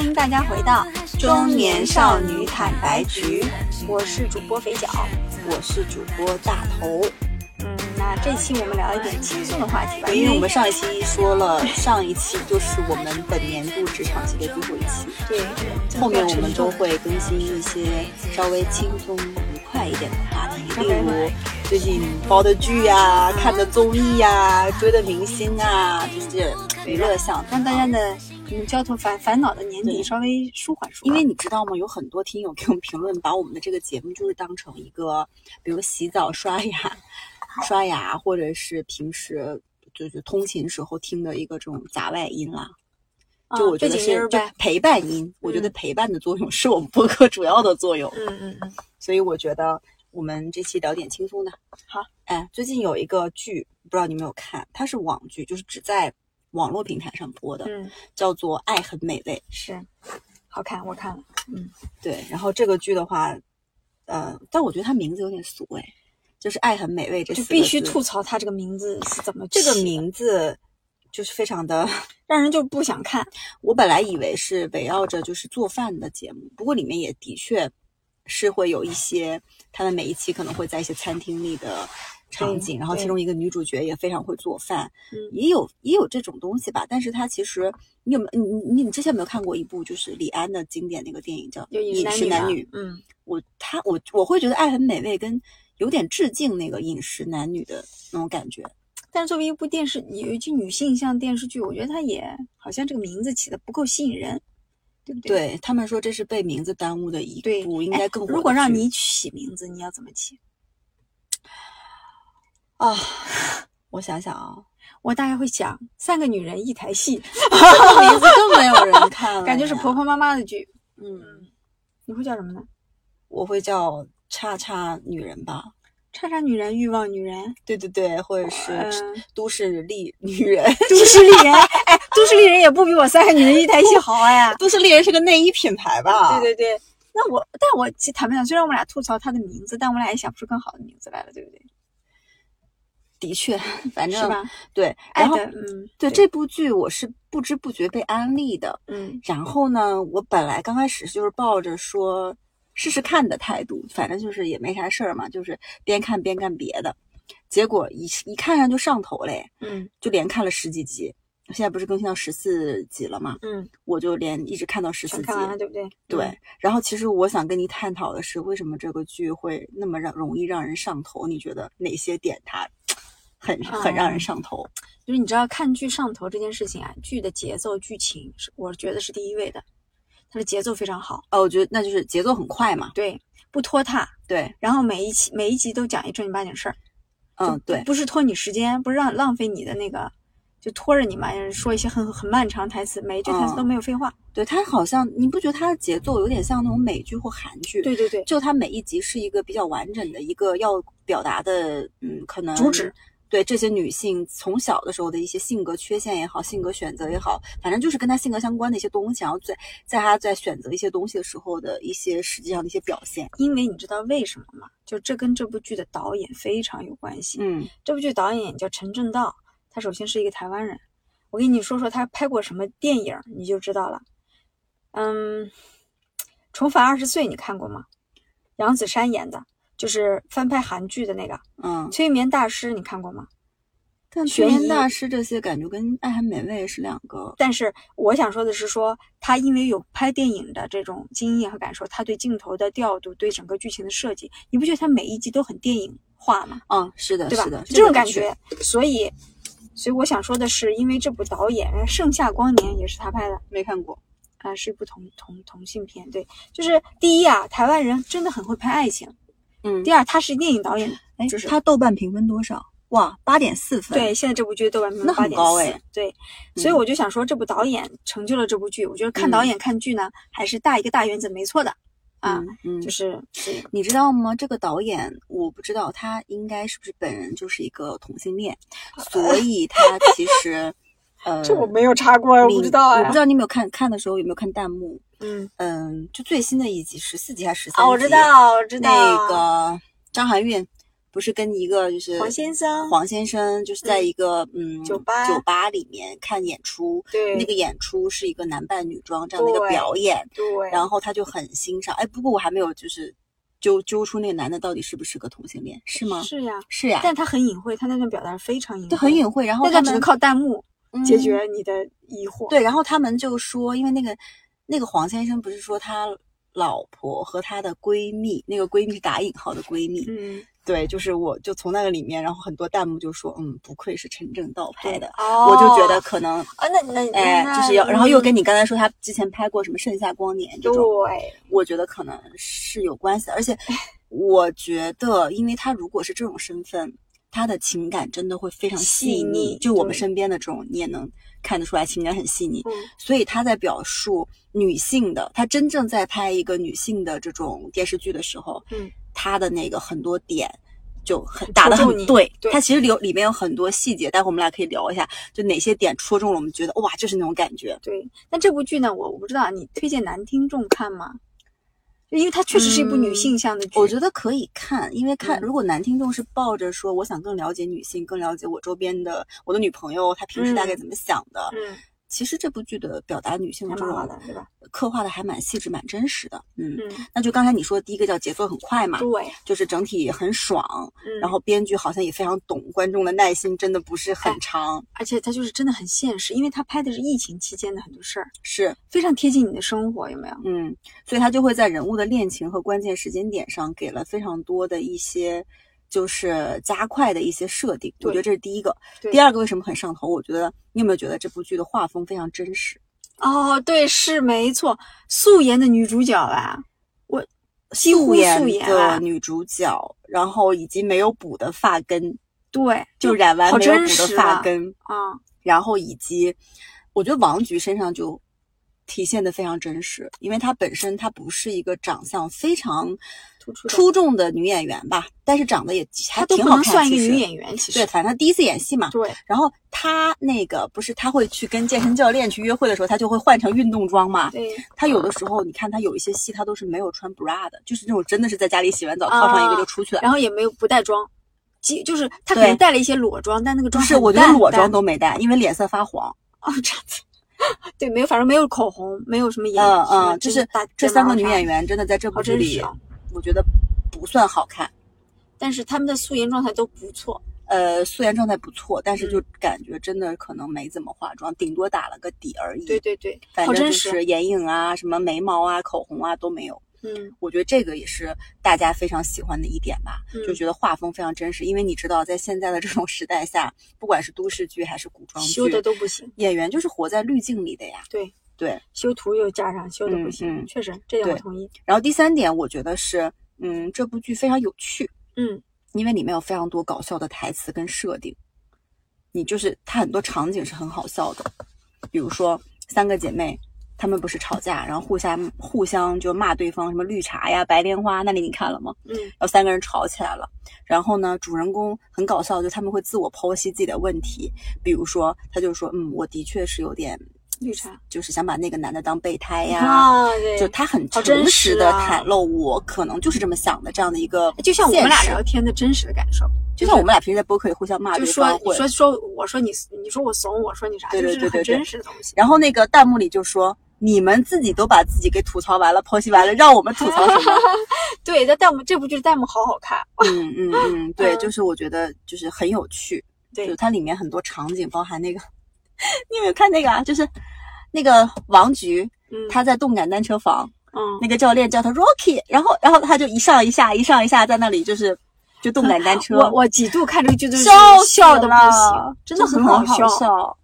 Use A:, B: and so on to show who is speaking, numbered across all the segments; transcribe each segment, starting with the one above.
A: 迎大家回到中年少女坦白局，我是主播肥脚，我是主播大头。嗯，那这期我们聊一点轻松的话题吧，
B: 因为我们上一期说了，上一期就是我们本年度职场系列最后一期，
A: 对
B: 后面我们都会更新一些稍微轻松愉快一点的话题，例如最近煲的剧呀、看的综艺呀、追的明星啊，就是娱乐项。
A: 让大家的嗯焦头烦烦恼的年底
B: 对
A: 稍微舒缓舒缓。
B: 嗯因为你知道吗？有很多听友给我们评论，把我们的这个节目就是当成一个，比如洗澡、刷牙、刷牙，或者是平时就是通勤时候听的一个这种杂外音啦。
A: 啊
B: 就我觉
A: 这
B: 得
A: 几个
B: 是
A: 人
B: 就
A: 呗，
B: 陪伴音，我觉得陪伴的作用 是我们播客主要的作用，
A: 嗯嗯嗯，
B: 所以我觉得我们这期聊点轻松的。
A: 好，
B: 哎，最近有一个剧，不知道你有没有看，它是网剧，就是只在网络平台上播的，
A: 嗯
B: 叫做《爱很美味》。
A: 是，好看，我看了。
B: 对，然后这个剧的话，呃，但我觉得它名字有点俗哎，就是“爱很美味”这
A: 就
B: 四个
A: 必须
B: 字
A: 吐槽他这个名字是怎么
B: 这个
A: 起的，
B: 名字，就是非常的。
A: 让人就不想看。
B: 我本来以为是围绕着就是做饭的节目，不过里面也的确是会有一些，他们每一期可能会在一些餐厅里的场景，
A: 对
B: 然后其
A: 对
B: 中一个女主角也非常会做饭，
A: 嗯，
B: 也有也有这种东西吧。但是它其实你有没有你你你之前有没有看过一部就是李安的经典那个电影叫《
A: 就饮
B: 饮
A: 食
B: 食男女》？
A: 嗯，
B: 我他我我会觉得《爱很美味》跟有点致敬那个饮食男女的那种感觉。
A: 但是作为一部电视，有一句女性向电视剧，我觉得它也好像这个名字起的不够吸引人，对不对？
B: 对他们说这是被名字耽误的一
A: 对
B: 部，应
A: 哎
B: 该更火的剧。
A: 如果让你起名字，你要怎么起？
B: 啊，我想 想啊，
A: 我大概会想三个女人一台
B: 哎
A: 戏，
B: 这个名字更没 有人看了，
A: 感觉是婆。婆妈妈的剧，
B: 嗯，
A: 你会叫什么呢？
B: 我会叫叉叉女人吧。
A: 叉叉女人，欲望女人，
B: 对对对，或者
A: 嗯
B: 是都市丽女人。
A: 都市丽人，哎，都市丽人也不比我三个女人一台戏好 哎、
B: 都市丽人是个内衣品牌吧？
A: 对对对，那我但我其实坦白讲，虽然我们俩吐槽他的名字，但我们俩也想不出更好的名字来了，对不对？
B: 对，的确，反正
A: 是吧？
B: 对。
A: 爱
B: 然后
A: 的，嗯，
B: 对这部剧，我是不知不觉被安利的。
A: 嗯，
B: 然后呢，我本来刚开始就是抱着说试试看的态度，反正就是也没啥事儿嘛，就是边看边干别的。结果一一看上就上头嘞，
A: 嗯
B: 就连看了十几集。现在不是更新到十四集了嘛？
A: 嗯，
B: 我就连一直看到十四
A: 全
B: 集
A: 看。完了，对不对？
B: 对，
A: 嗯
B: 然后其实我想跟你探讨的是，为什么这个剧会那么让容易让人上头？你觉得哪些点它很很让
A: 嗯
B: 人上头？
A: 就是你知道看剧上头这件事情啊，剧的节奏、剧情是我觉得是第一位的，它的节奏非常好，
B: 哦，我觉得那就是节奏很快嘛。
A: 对，不拖沓，
B: 对，
A: 然后每一期每一集都讲一正经八经事儿，
B: 嗯，对。
A: 不是拖你时间，不是让浪费你的那个，就拖着你嘛，说一些很很漫长台词，每一句台词
B: 嗯
A: 都没有废话，
B: 对它好像你不觉得它的节奏有点像那种美剧或韩剧？，
A: 对对对，
B: 就它每一集是一个比较完整的一个要表达的，嗯，可能
A: 主旨。
B: 对这些女性从小的时候的一些性格缺陷也好，性格选择也好，反正就是跟她性格相关的一些东西，然后在在她在选择一些东西的时候的一些实际上的一些表现。
A: 因为你知道为什么吗？就这跟这部剧的导演非常有关系。
B: 嗯，
A: 这部剧导演叫陈正道，他首先是一个台湾人。我跟你说说他拍过什么电影，你就知道了。嗯，《重返二十岁》你看过吗？杨子姗演的，就是翻拍韩剧的那个
B: 嗯，
A: 《催眠大师》，你看过吗？
B: 但
A: 悬
B: 全
A: 疑
B: 员大师这些感觉跟爱很美味是两个，
A: 但是我想说的是说，他因为有拍电影的这种经验和感受，他对镜头的调度，对整个剧情的设计，你不觉得他每一集都很电影化吗？
B: 嗯，是的，
A: 对吧
B: 是的，？
A: 这种感
B: 的确
A: 觉，所以，所以我想说的是，因为这部导演《盛夏光年》也是他拍的
B: 没看过。
A: 啊、是一部同同同性片。对，就是第一啊，台湾人真的很会拍爱情；
B: 嗯，
A: 第二，他是电影导演。
B: 哎
A: 就是，
B: 它豆瓣评分多少？哇，八点四分。
A: 对，现在这部剧豆瓣评分
B: 那
A: 八
B: 很
A: 点
B: 高
A: 四
B: 哎，
A: 对，
B: 嗯
A: 所以我就想说，这部导演成就了这部剧。我觉得看导演看剧呢，还是大一个大原则没错的啊，
B: 嗯，嗯
A: 就是是
B: 你知道吗？这个导演我不知道他应该是不是本人就是一个同性恋，所以他其实， 呃，
A: 呃没有查过，
B: 你
A: 哎
B: 我不知道你哎有没有看看的时候有没有看弹幕？
A: 嗯哦
B: 嗯，就最新的一集十四集还是十三
A: 啊，我知道，我知道
B: 那个张含韵不是跟一个就是
A: 黄先生
B: 黄先生就是在一个嗯
A: 酒吧
B: 酒吧里面看演出，
A: 对
B: 那个演出是一个男扮女装这样的一个
A: 对
B: 表演，
A: 对，
B: 然后他就很欣赏。哎，不过我还没有就是揪揪出那个男的到底是不是个同性恋，是吗？
A: 是呀，
B: 是呀，
A: 但他很隐晦，他那段表达非常隐晦，
B: 对，很隐晦。然后
A: 那
B: 他
A: 段只能
B: 们
A: 靠弹幕解
B: 嗯
A: 决你的疑惑。
B: 对，然后他们就说，因为那个那个黄先生不是说他老婆和她的闺蜜，那个闺蜜是打引号的闺蜜，
A: 嗯，
B: 对，就是我就从那个里面，然后很多弹幕就说，嗯，不愧是陈正道拍的，
A: 哦，
B: 我就觉得可能，
A: 啊，那那
B: 哎，
A: 那
B: 就是要，然后又
A: 嗯
B: 跟你刚才说他之前拍过什么《盛夏光年》这种，
A: 对，
B: 我觉得可能是有关系的，而且我觉得，因为他如果是这种身份，他的情感真的会非常
A: 细
B: 细
A: 腻
B: 腻，就我们
A: 对
B: 身边的这种，你也能看得出来，情感很细腻。
A: 嗯
B: 所以他在表述女性的，他真正在拍一个女性的这种电视剧的时候，
A: 嗯，
B: 他的那个很多点就很打得
A: 戳中
B: 很
A: 你
B: 对
A: 对，
B: 他其实有里面有很多细节，待会我们俩可以聊一下，就哪些点戳中了我们觉得哇，就是那种感觉。
A: 对。但这部剧呢，我我不知道啊你推荐男听众看吗？就因为它确实是一部女
B: 嗯
A: 性向的剧，
B: 我觉得可以看，因为看
A: 嗯
B: 如果男听众是抱着说我想更了解女性，更了解我周边的我的女朋友，她平时大概
A: 嗯
B: 怎么想的，
A: 嗯，
B: 其实这部剧的表达女性的
A: 还
B: 这
A: 蛮好
B: 种
A: 的，对吧？
B: 刻画的还蛮细致、蛮真实的。嗯，
A: 嗯，
B: 那就刚才你说的第一个叫节奏很快嘛，
A: 对，
B: 就是整体很爽，
A: 嗯，
B: 然后编剧好像也非常懂观众的耐心，真的不是很长，
A: 而且它就是真的很现实，因为它拍的是疫情期间的很多事儿，
B: 是
A: 非常贴近你的生活，有没有？
B: 嗯，所以他就会在人物的恋情和关键时间点上给了非常多的一些。就是加快的一些设定，我
A: 对
B: 觉得这是第一个。
A: 对
B: 第二个为什么很上头？我觉得你有没有觉得这部剧的画风非常真实？
A: 哦，对，是没错，素颜的女主角吧，我几乎素颜
B: 的
A: 啊，
B: 女主角，然后以及没有补的发根，
A: 对，
B: 就染完
A: 嗯好
B: 没有
A: 真
B: 补的
A: 实
B: 发
A: 啊，
B: 根，
A: 啊，
B: 然后以及我觉得王菊身上就体现的非常真实，因为她本身她不是一个长相非常
A: 突出的
B: 出众的女演员吧，但是长得也还
A: 她都
B: 挺
A: 不
B: 好
A: 能
B: 看，
A: 算一个女
B: 员。
A: 演员，其
B: 对，
A: 实
B: 反正她第一次演戏嘛，
A: 对，
B: 然后她那个不是她会去跟健身教练去约会的时候，她就会换成运动装嘛。
A: 对，
B: 她有的时候你看她有一些戏，她都是没有穿 bra 的，就是那种真的是在家里洗完澡套上一个就出去了。
A: 哦然后也没有不带妆，即就是她可
B: 对
A: 能带了一些裸妆，但那个
B: 不
A: 妆
B: 是，
A: 很
B: 我觉得
A: 淡
B: 裸
A: 淡
B: 妆都没带，因为脸色发黄。
A: 哦这样子，对，没有，反正没有口红，没有什么眼，
B: 嗯
A: 什么
B: 嗯，就
A: 真
B: 是
A: 大
B: 这
A: 睫
B: 三
A: 毛
B: 个女
A: 啥
B: 演
A: 的
B: 员真的在这部
A: 好
B: 剧
A: 真
B: 里
A: 实哦，
B: 我觉得不算好看。
A: 但是她们的素颜状态都不错，
B: 呃，素颜状态不错，但是
A: 嗯
B: 就感觉真的可能没怎么化妆，顶多打了个底而已。
A: 对，对对，
B: 反
A: 好
B: 正
A: 真
B: 就
A: 实，
B: 是眼影啊、什么眉毛啊、口红啊都没有。
A: 嗯。
B: 我觉得这个也是大家非常喜欢的一点吧，
A: 嗯
B: 就觉得画风非常真实。因为你知道，在现在的这种时代下，不管是都市剧还是古装剧
A: 修，的都不行，
B: 演员就是活在滤镜里的呀。
A: 对
B: 对，
A: 修图又加上，修的不行，
B: 嗯嗯
A: 确实这点我
B: 对
A: 同意。
B: 然后第三点，我觉得是，嗯，这部剧非常有趣。
A: 嗯，
B: 因为里面有非常多搞笑的台词跟设定，你就是它很多场景是很好笑的，比如说三个姐妹。她们不是吵架，然后互相互相就骂对方什么绿茶呀、白莲花，那里你看了吗？
A: 嗯，
B: 然后呃三个人吵起来了。然后呢，主人公很搞笑，就他们会自我剖析自己的问题，比如说他就说，嗯，我的确是有点，
A: 绿茶
B: 就是想把那个男的当备胎呀，
A: 啊，对，
B: 就他很
A: 好真
B: 诚实
A: 实
B: 的
A: 啊哎
B: 袒露我可能就是这么想的这样的一个现实，
A: 就像我们俩聊天的真实的感受，
B: 就像我们俩平时在播客里互相骂
A: 就
B: 对
A: 是说
B: 方，
A: 你
B: 或者
A: 说说我说你你说我怂，我说你啥，
B: 对对
A: 就是
B: 对对
A: 很
B: 对
A: 真实的东西。
B: 然后那个弹幕里就说你们自己都把自己给吐槽完了、剖析完了，让我们吐槽什 么？
A: 对，但弹幕这部剧弹幕好好看，
B: 嗯嗯嗯，对，
A: 嗯
B: 就是我觉得就是很有趣，
A: 对
B: 就它里面很多场景，包含那个 你有没有看那个啊？就是那个王菊。
A: 嗯，
B: 她在动感单车房，
A: 嗯，
B: 那个教练叫她 Rocky，然后然后她就一上一下一上一下在那里就是就动感单车，
A: 我我几度看这个剧都是
B: 笑死
A: 笑的不
B: 了
A: 行，真的
B: 就是
A: 很
B: 很好
A: 笑，
B: 笑嗯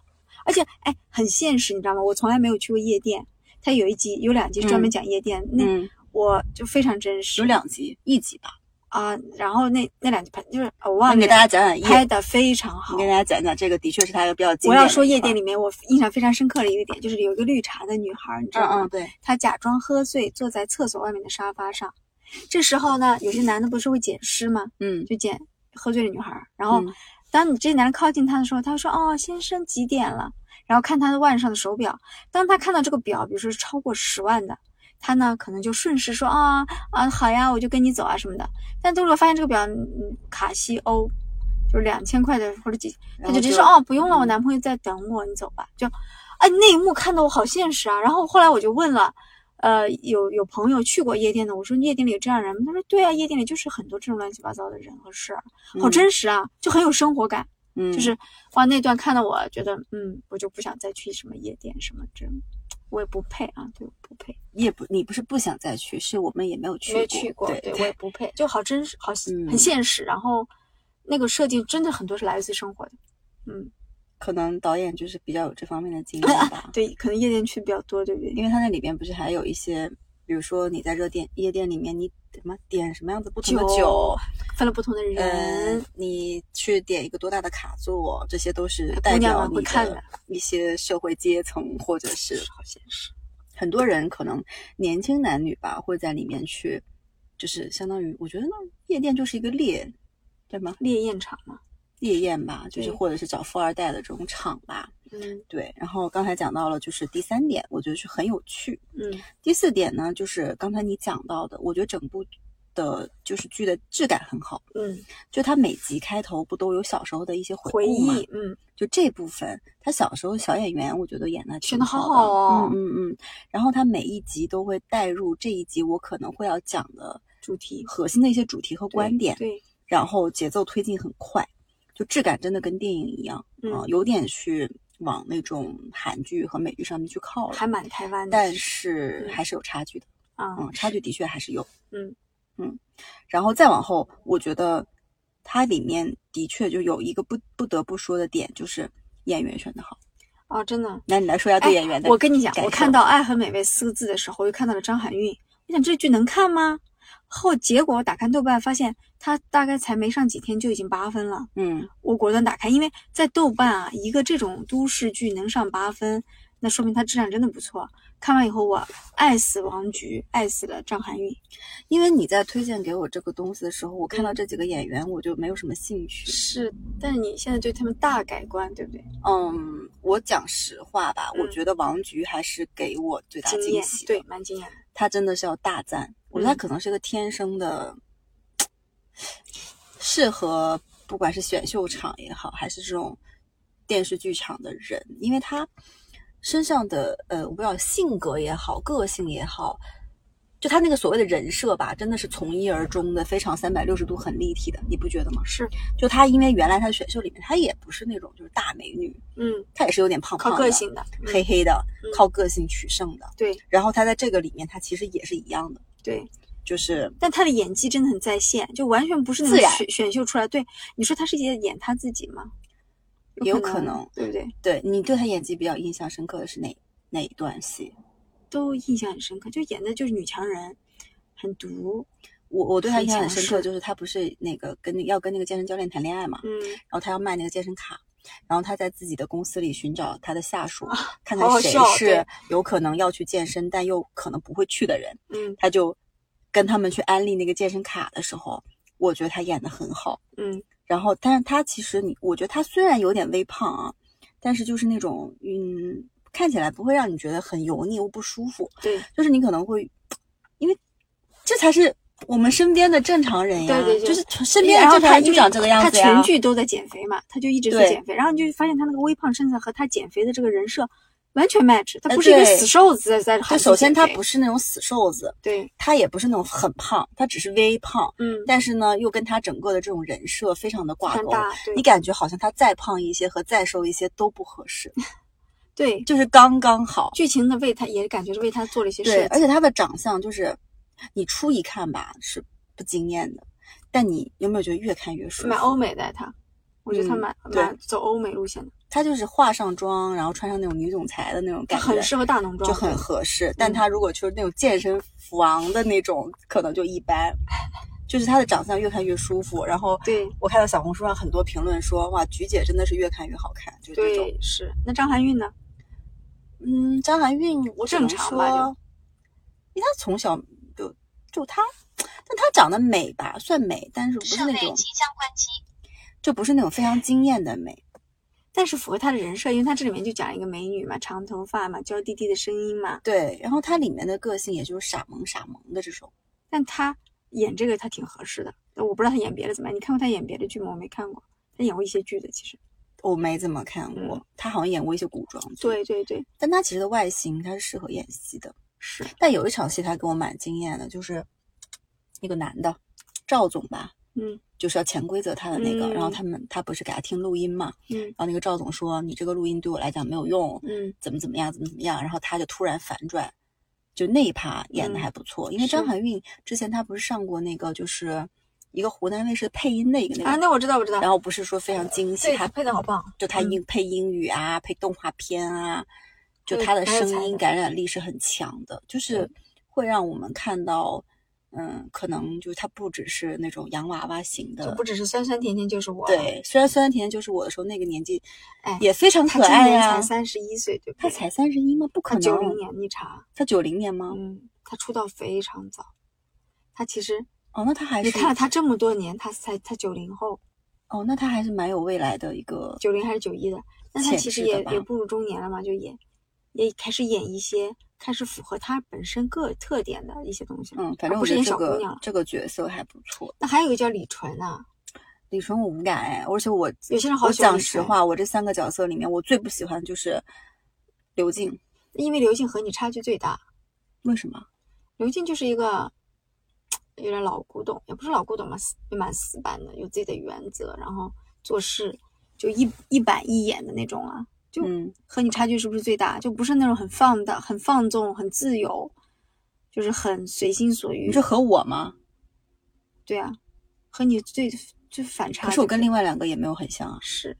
A: 而且哎很现实，你知道吗？我从来没有去过夜店，它有一集有两集专门讲夜店，那
B: 嗯，
A: 我就非常真实
B: 有。两集一集吧，
A: 啊，然后那那啊两集拍就是哦我
B: 那
A: 忘
B: 你
A: 了
B: 给大家讲讲夜
A: 拍的非常好
B: 你。跟大家讲讲，这个的确是他一个比较经
A: 我
B: 典的
A: 要说夜店
B: 里，
A: 里面我印象非常深刻的一个点，就是有一个绿茶的女孩，你知
B: 嗯
A: 道吗？
B: 嗯，对，
A: 她假装喝醉，坐在厕所外面的沙发上。这时候呢，有些男的不是会捡尸吗？
B: 嗯，
A: 就捡喝醉的女孩。然后
B: 哦，
A: 当你这男的靠近她的时候，他说：“哦，先生几点了？”然后看她的腕上的手表，当他看到这个表，比如说是超过十万的，他呢可能就顺势说啊啊好呀，我就跟你走啊什么的。但如果发现这个表嗯卡西欧就是两千块的或者几，他就直接说哦不用了，我男朋友在等我，你走吧。就哎那一幕看得我好现实啊。然后后来我就问了。呃，有有朋友去过夜店的，我说夜店里有这样人吗？他说对啊，夜店里就是很多这种乱七八糟的人和事儿，好真实啊，就很有生活感。
B: 嗯，
A: 就是哇，那段看到我觉得，嗯，我就不想再去什么夜店什么这，我也不配啊，对，我不配，
B: 你也不，你不是不想再去，是我们也没有去过，
A: 没去过，
B: 对
A: 对我也不配，就好真实，好、
B: 嗯
A: 很现实。然后那个设定真的很多是来自于生活的，嗯，，
B: 可能导演就是比较有这方面的经验吧
A: 对，可能夜店去比较多，对不对？
B: 因为他那里边不是还有一些，比如说你在热店夜店里面你什么点什么样子不同的酒，
A: 分了不同的人，
B: 嗯，你去点一个多大的卡座，这些都是
A: 哎
B: 代
A: 姑娘
B: 表
A: 们会
B: 你
A: 看的
B: 的一些社会阶层，或者是
A: 好现实。
B: 很多人可能年轻男女吧，会在里面去，就是相当于我觉得那夜店就是一个猎，对吗？
A: 烈焰场嘛，
B: 夜宴吧，就是
A: 对
B: 或者是找富二代的这种场吧，
A: 嗯
B: 对。然后刚才讲到了，就是第三点，我觉得是很有趣。
A: 嗯
B: 第四点呢，就是刚才你讲到的，我觉得整部的就是剧的质感很好，
A: 嗯，
B: 就它每集开头不都有小时候的一些
A: 回
B: 顾嘛
A: 忆，嗯，
B: 就这部分，他小时候小演员，我觉得演的
A: 选
B: 的
A: 得好好哦
B: 嗯嗯嗯。然后他每一集都会带入这一集我可能会要讲的
A: 主题
B: 核心的一些主题和观点，
A: 对，
B: 然后节奏推进很快，就质感真的跟电影一样
A: 嗯，
B: 啊、有点去往那种韩剧和美剧上面去靠了，
A: 还蛮台湾的，
B: 但是还是有差距的，
A: 啊，
B: 嗯，差距的确还是有。
A: 嗯
B: 然后再往后，我觉得它里面的确就有一个不不得不说的点，就是演员选的好。
A: 哦，真的，哎
B: 那你来说一下对演员的、
A: 我跟你讲，
B: 感
A: 我
B: 受
A: 看到“爱很美味”四个字的时候，我又看到了张含韵，我想这剧能看吗？后结果我打开豆瓣，发现她大概才没上几天就已经八分了。
B: 嗯，
A: 我果断打开，因为在豆瓣啊，一个这种都市剧能上八分，那说明它质量真的不错。看完以后，我爱死王菊，爱死了张含韵。
B: 因为你在推荐给我这个东西的时候，我看到这几个演员，我就没有什么兴趣。
A: 是，但是你现在对他们大改观，对不对？
B: 嗯，我讲实话吧，
A: 嗯
B: 我觉得王菊还是给我最大
A: 惊
B: 惊
A: 艳，
B: 喜。，
A: 对，蛮惊艳的。
B: 她真的是要大赞，我觉得她
A: 嗯
B: 可能是个天生的，适合不管是选秀场也好，还是这种电视剧场的人，因为她身上的呃，我不知道性格也好，个性也好。就她那个所谓的人设吧，真的是从一而终的，非常三百六十度，很立体的，你不觉得吗？
A: 是，
B: 就她，因为原来她选秀里面，她也不是那种就是大美女，
A: 嗯，
B: 她也是有点胖胖
A: 靠
B: 的，
A: 个性的，嗯
B: 黑黑的，
A: 嗯
B: 靠个性取胜的。
A: 对
B: 然后她在这个里面，她其实也是一样的，
A: 对。
B: 就是
A: 但他的演技真的很在线，就完全不是那种
B: 自然
A: 选选秀出来。对，你说他是演演他自己吗？
B: 有
A: 可
B: 可能，
A: 对不对？
B: 对你对她演技比较印象深刻的是哪哪一段戏？
A: 都印象很深刻，就演的就是女强人，很毒，
B: 我我对她印象很深
A: 很强
B: 刻，
A: 势
B: 就是她不是那个跟那要跟那个健身教练谈恋爱嘛，
A: 嗯，
B: 然后她要卖那个健身卡，然后她在自己的公司里寻找她的下属，看
A: 啊好好
B: 看谁
A: 笑
B: 是
A: 对
B: 有可能要去健身但又可能不会去的人，
A: 嗯
B: 她就跟他们去安利那个健身卡的时候，我觉得她演的很好。
A: 嗯，
B: 然后，但是他其实你，我觉得他虽然有点微胖啊，但是就是那种嗯，看起来不会让你觉得很油腻又不舒服，
A: 对，
B: 就是你可能会，因为这才是我们身边的正常人呀，
A: 对对对
B: 就是身边的
A: 然后
B: 正常
A: 他
B: 人就长这个样子
A: 因为
B: 呀
A: 他全。剧都在减肥嘛，他就一直在
B: 对
A: 减肥，然后你就发现他那个微胖身材和他减肥的这个人设完全 match，他不是一
B: 呃
A: 个
B: 对
A: 死瘦子在在
B: 就
A: 喊
B: 首先他
A: 他
B: 不是那种死瘦子，
A: 对，
B: 他也不是那种很胖，他只是微胖，
A: 嗯，
B: 但是呢，又跟他整个的这种人设非常的挂
A: 很
B: 钩。
A: 大，对
B: 你感觉好像他再胖一些和再瘦一些都不合适，
A: 对
B: 就是刚刚好。
A: 剧情的为他也感觉是为他做了一些
B: 对，
A: 设
B: 而
A: 计，
B: 且他的长相就是，你初一看吧是不惊艳的，但你有没有觉得越看越舒
A: 蛮哦
B: 服？
A: 欧美的他，我觉得他
B: 嗯
A: 蛮
B: 对
A: 蛮走欧美路线的，
B: 他就是化上妆，然后穿上那种女总裁的那种
A: 他
B: 感觉，
A: 很适合大浓妆，
B: 就很合适。
A: 嗯
B: 但他如果就是那种健身房的那种，可能就一般。就是他的长相越看越舒服，然后
A: 对
B: 我看到小红书上很多评论说，哇，菊姐真的是越看越好看，就是这种。
A: 对是。那张含韵呢？
B: 嗯，张含韵，我只能
A: 正常
B: 说
A: 吧就，
B: 因为她从小就就她，但她长得美吧，算美，但是不是
C: 设
B: 那
C: 备
B: 种
C: 即将关机，
B: 就不是那种非常惊艳的美。
A: 但是符合他的人设，因为他这里面就讲一个美女嘛，长头发嘛，娇滴滴的声音嘛。
B: 对，然后他里面的个性也就是傻萌傻萌的这种。
A: 但他演这个他挺合适的，我不知道他演别的怎么样。你看过他演别的剧吗？我没看过，他演过一些剧的，其实
B: 我没怎么看过，
A: 嗯
B: 他好像演过一些古装剧。
A: 对对对，
B: 但他其实的外形他是适合演戏的。
A: 是
B: 但有一场戏他给我蛮惊艳的，就是那个男的赵总吧，
A: 嗯
B: 就是要潜规则他的那个，
A: 嗯
B: 然后他们他不是给他听录音嘛，
A: 嗯
B: 然后那个赵总说你这个录音对我来讲没有用，
A: 嗯
B: 怎么怎么样，怎么怎么样，然后他就突然反转，就那一趴演的还不错，因为
A: 嗯
B: 张
A: 是
B: 含韵之前她不是上过那个就是一个湖南卫视配音的一个那个，
A: 啊，那我知道我知道
B: 然，后不是说非常精细，
A: 对
B: 她
A: 配的嗯好棒，
B: 就她英配英语啊，配动画片啊，就
A: 对
B: 她的
A: 蛮有
B: 声
A: 才
B: 音
A: 的
B: 感染力是很强的，就是会让我们看到，嗯，可能就是她不只是那种洋娃娃型
A: 就
B: 的
A: 呃不。只是酸酸甜甜就是我。，
B: 嗯对，虽然酸甜甜就是我的时候那个年纪，
A: 哎
B: 也非常
A: 他
B: 可
A: 今
B: 爱
A: 年
B: 呀、
A: 才三十一岁，对不
B: 她
A: 对？
B: 才三十一吗？不可
A: 他
B: 能，
A: 九零年，你查，
B: 她九零年吗？
A: 嗯，他出道非常早。他其实
B: 哦，那她还是
A: 你看了他这么多年，他才他九零后，
B: 哦，那她还是蛮有未来的一个。
A: 九零还是九一的，但他
B: 潜
A: 其实
B: 质的
A: 也
B: 吧
A: 也步入中年了嘛，就也也开始演一些开始符合他本身个特点的一些东西了。
B: 嗯，
A: 他
B: 反正
A: 不
B: 我
A: 是
B: 觉得
A: 演
B: 这
A: 小姑
B: 个
A: 娘了。
B: 这个角色还不错。
A: 那还有一个叫李纯啊，
B: 李纯我无感哎，而且我
A: 有些人好
B: 我
A: 喜欢
B: 讲
A: 李
B: 实
A: 纯
B: 话，我这三个角色里面，我最不喜欢就是刘静。
A: 因为刘静和你差距最大。
B: 为什么？
A: 刘静就是一个有点老古董，也不是老古董嘛，死也蛮死板的，有自己的原则，然后做事就一一板一眼的那种啊。就
B: 嗯，
A: 和你差距是不是最大？就不是那种很放的、很放纵、很自由，就是很随心所欲
B: 你。说和我吗？
A: 对啊，和你最最反差。
B: 可是我跟另外两个也没有很像啊。
A: 是，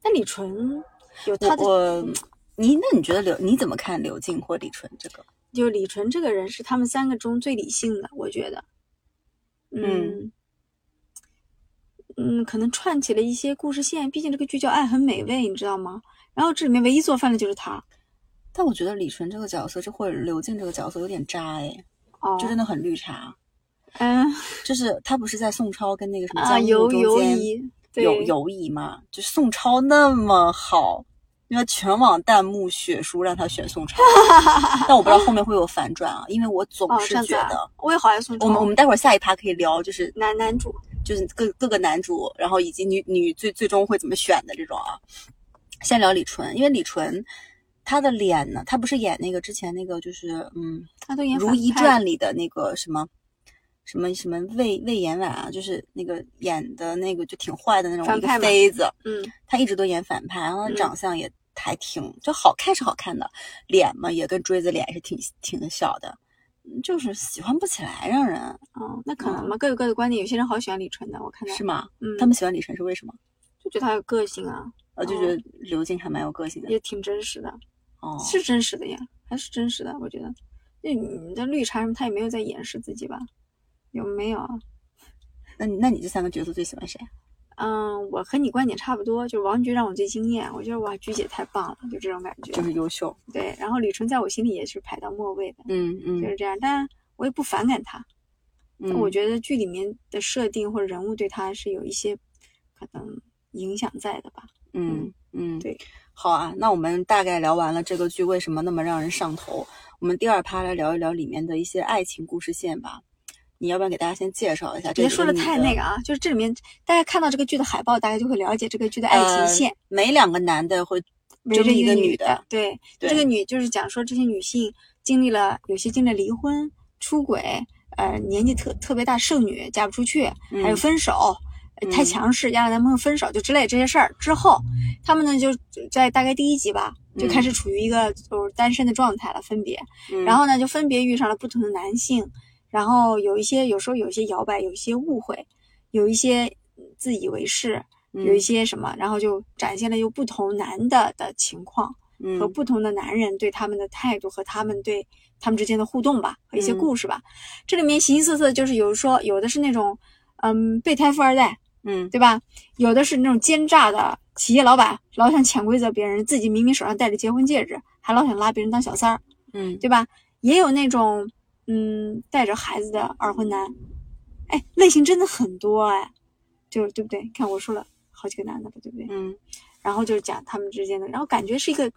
A: 但李纯有
B: 我
A: 他的，
B: 我你那你觉得刘你怎么看刘静或李纯这个？
A: 就李纯这个人是他们三个中最理性的，我觉得。嗯
B: 嗯
A: 嗯，可能串起了一些故事线，毕竟这个剧叫《爱很美味》，你知道吗？然后这里面唯一做饭的就是他，
B: 但我觉得李纯这个角色，这或者刘静这个角色有点渣哎，
A: 哦，
B: 就真的很绿茶。
A: 嗯
B: 就是他不是在宋超跟那个什么
A: 啊，
B: 姜
A: 游
B: 武中
A: 游
B: 间
A: 移，对
B: 有犹疑嘛？就宋超那么好，因为全网弹幕血书让他选 宋超，但我不知道后面会有反转啊，因为我总
A: 哦，
B: 是
A: 这样子
B: 觉
A: 啊
B: 得。
A: 我也好爱宋
B: 我们
A: 朝
B: 我们待会儿下一趴可以聊，就是
A: 男男主，
B: 就是各各个男主，然后以及女女最最终会怎么选的这种啊。先聊李纯，因为李纯他的脸呢，他不是演那个之前那个就是嗯
A: 他都
B: 《
A: 演
B: 如
A: 反
B: 懿
A: 派
B: 传》里的那个什么什么什么魏魏延婉啊，就是那个演的那个就挺坏的那种
A: 反
B: 一个
A: 派嘛
B: 妃子，
A: 嗯
B: 他一直都演反派，然后
A: 嗯
B: 他长相也还挺、就好看是好看的，脸嘛也跟锥子脸是挺挺小的，嗯就是喜欢不起来让人
A: 哦，那可能吧，各有各的观点，有些人好喜欢李纯的，我看到
B: 嗯是吗？
A: 嗯，
B: 他们喜欢李晨是为什么？
A: 就觉得他有个性啊，
B: 呃，就觉得刘静还蛮有个性的
A: 也挺真实的，
B: 哦。
A: 是真实的呀，还是真实的，我觉得。那你的绿茶什么，他也没有在掩饰自己吧？有没有啊？
B: 那你那你这三个角色最喜欢谁？啊
A: 嗯，我和你观点差不多，就是王菊让我最惊艳，我觉得哇，菊姐太棒了，就这种感觉。
B: 就是优秀。
A: 对，然后李纯在我心里也是排到末位的，
B: 嗯
A: 就
B: 嗯
A: 是这样。但我也不反感他，
B: 嗯，
A: 我觉得剧里面的设定或者人物对他是有一些可能影响在的吧。
B: 嗯嗯
A: 对。
B: 好啊，那我们大概聊完了这个剧为什么那么让人上头，我们第二趴来聊一聊里面的一些爱情故事线吧。你要不然给大家先介绍一下？这
A: 别
B: 几
A: 说
B: 个
A: 的
B: 女
A: 太那个啊，就是这里面大家看到这个剧的海报，大家就会了解这个剧的爱情
B: 呃
A: 线，
B: 每两个男的会
A: 围
B: 就
A: 着
B: 是一
A: 个
B: 个
A: 女
B: 女的。
A: 对，
B: 对
A: 这个女就是讲说这些女性经历了，有些经历了离婚、出轨，呃，年纪特特别大剩女嫁不出去，还有
B: 嗯
A: 分手。呃太
B: 嗯
A: 强势，压着男朋友分手，就之类这些事儿之后，他们呢就在大概第一集吧，就开
B: 嗯
A: 始处于一个就是单身的状态了，分别。
B: 嗯
A: 然后呢，就分别遇上了不同的男性，然后有一些有时候有一些摇摆，有一些误会，有一些自以为是，
B: 嗯
A: 有一些什么，然后就展现了有不同男的的情况
B: 嗯
A: 和不同的男人对他们的态度和他们对他们之间的互动吧，和一些
B: 嗯
A: 故事吧。这里面形形色色，就是有说有的是那种嗯备胎富二代，
B: 嗯
A: 对吧？有的是那种奸诈的企业老板，老想潜规则别人，自己明明手上戴着结婚戒指，还老想拉别人当小三儿。
B: 嗯
A: 对吧？也有那种嗯带着孩子的二婚男，哎，类型真的很多哎，就是对不对？看我说了好几个男的了，对不对？
B: 嗯
A: 然后就是讲他们之间的，然后感觉是一个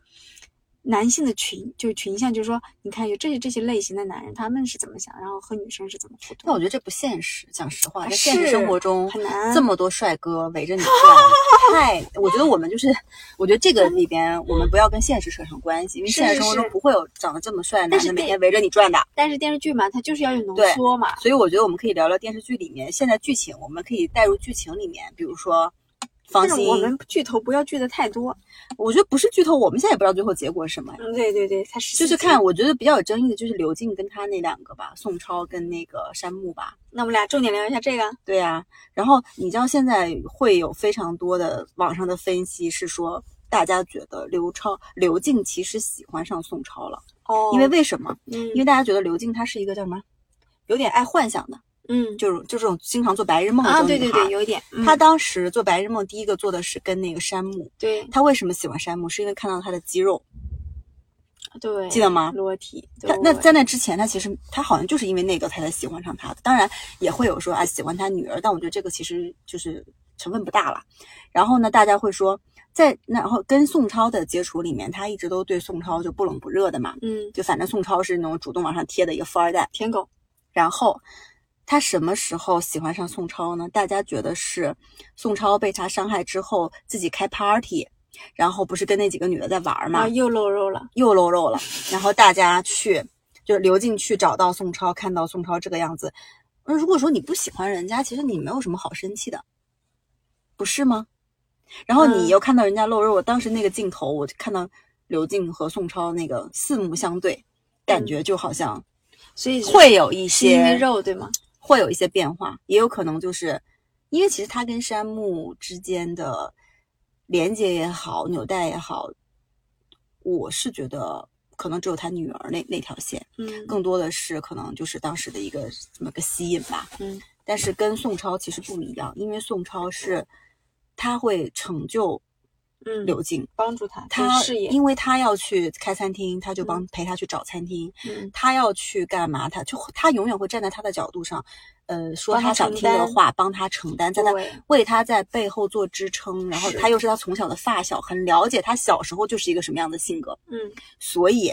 A: 男性的群，就是群像，就是说你看有这这些类型的男人他们是怎么想，然后和女生是怎么互动。
B: 但我觉得这不现实，讲实话，
A: 啊
B: 在现实生活
A: 是
B: 中
A: 很难
B: 这么多帅哥围着你转，太……我觉得我们就是，我觉得这个里边我们不要跟现实扯上关系，因为
A: 是
B: 现实
A: 是
B: 生活中
A: 是
B: 不会有长得这么帅的
A: 但
B: 男
A: 是
B: 的每
A: 电
B: 天围着你转的。
A: 但是电视剧嘛，它就是要有浓
B: 对
A: 缩嘛，
B: 所以我觉得我们可以聊聊电视剧里面现在剧情，我们可以带入剧情里面，比如说
A: 但
B: 方
A: 是
B: 心，
A: 我们剧透不要剧的太多。
B: 我觉得不是剧透，我们现在也不知道最后结果是什么呀。
A: 嗯，对对对，它是
B: 就是看，我觉得比较有争议的就是刘静跟他那两个吧，宋超跟那个山木吧。
A: 那我们俩重点聊一下这个，
B: 对呀、然后你知道现在会有非常多的网上的分析是说，大家觉得刘超刘静其实喜欢上宋超了，
A: 哦
B: 因为为什么？
A: 嗯
B: 因为大家觉得刘静她是一个叫什么，有点爱幻想的，
A: 嗯
B: 就是就这种经常做白日梦的这
A: 啊，
B: 种
A: 对
B: 女
A: 对
B: 孩
A: 对，。有一点，嗯
B: 她当时做白日梦，第一个做的是跟那个山木。
A: 对
B: 她为什么喜欢山木？是因为看到他的肌肉。
A: 对
B: 记得吗
A: 裸体，
B: 她 那
A: 对
B: 在那之前，她其实她好像就是因为那个她才喜欢上他的。当然也会有说啊喜欢他女儿，但我觉得这个其实就是成分不大了。然后呢，大家会说，在那然后跟宋超的接触里面，她一直都对宋超就不冷不热的嘛，
A: 嗯，
B: 就反正宋超是那种主动往上贴的一个富二代。
A: 舔狗，
B: 然后他什么时候喜欢上宋超呢？大家觉得是宋超被他伤害之后自己开 party，然后不是跟那几个女的在玩儿
A: 然
B: 嘛
A: 后，啊又露肉了，
B: 又露肉了。然后大家去就刘进去找到宋超，看到宋超这个样子，嗯如果说你不喜欢人家，其实你没有什么好生气的，不是吗？然后
A: 嗯
B: 你又看到人家露肉，当时那个镜头，我就看到刘静和宋超那个四目相对，感觉就好像
A: 所以
B: 会有一
A: 是因
B: 些
A: 为肉对吗？
B: 会有一些变化，也有可能就是因为其实他跟山木之间的连接也好，纽带也好，我是觉得可能只有他女儿那那条线，
A: 嗯
B: 更多的是可能就是当时的一个这么个吸引吧。
A: 嗯，
B: 但是跟宋超其实不一样，因为宋超是他会成就
A: 嗯，
B: 柳静，
A: 帮助他
B: 他
A: 事业，
B: 因为他要去开餐厅，他就帮陪他去找餐厅，
A: 嗯
B: 他要去干嘛，他就他永远会站在他的角度上，呃，说
A: 帮他
B: 他想
A: 承
B: 听的
A: 担
B: 话，帮他承担，在他
A: 对
B: 为他在背后做支撑，然后
A: 是
B: 他又是他从小的发小，很了解他小时候就是一个什么样的性格，
A: 嗯
B: 所以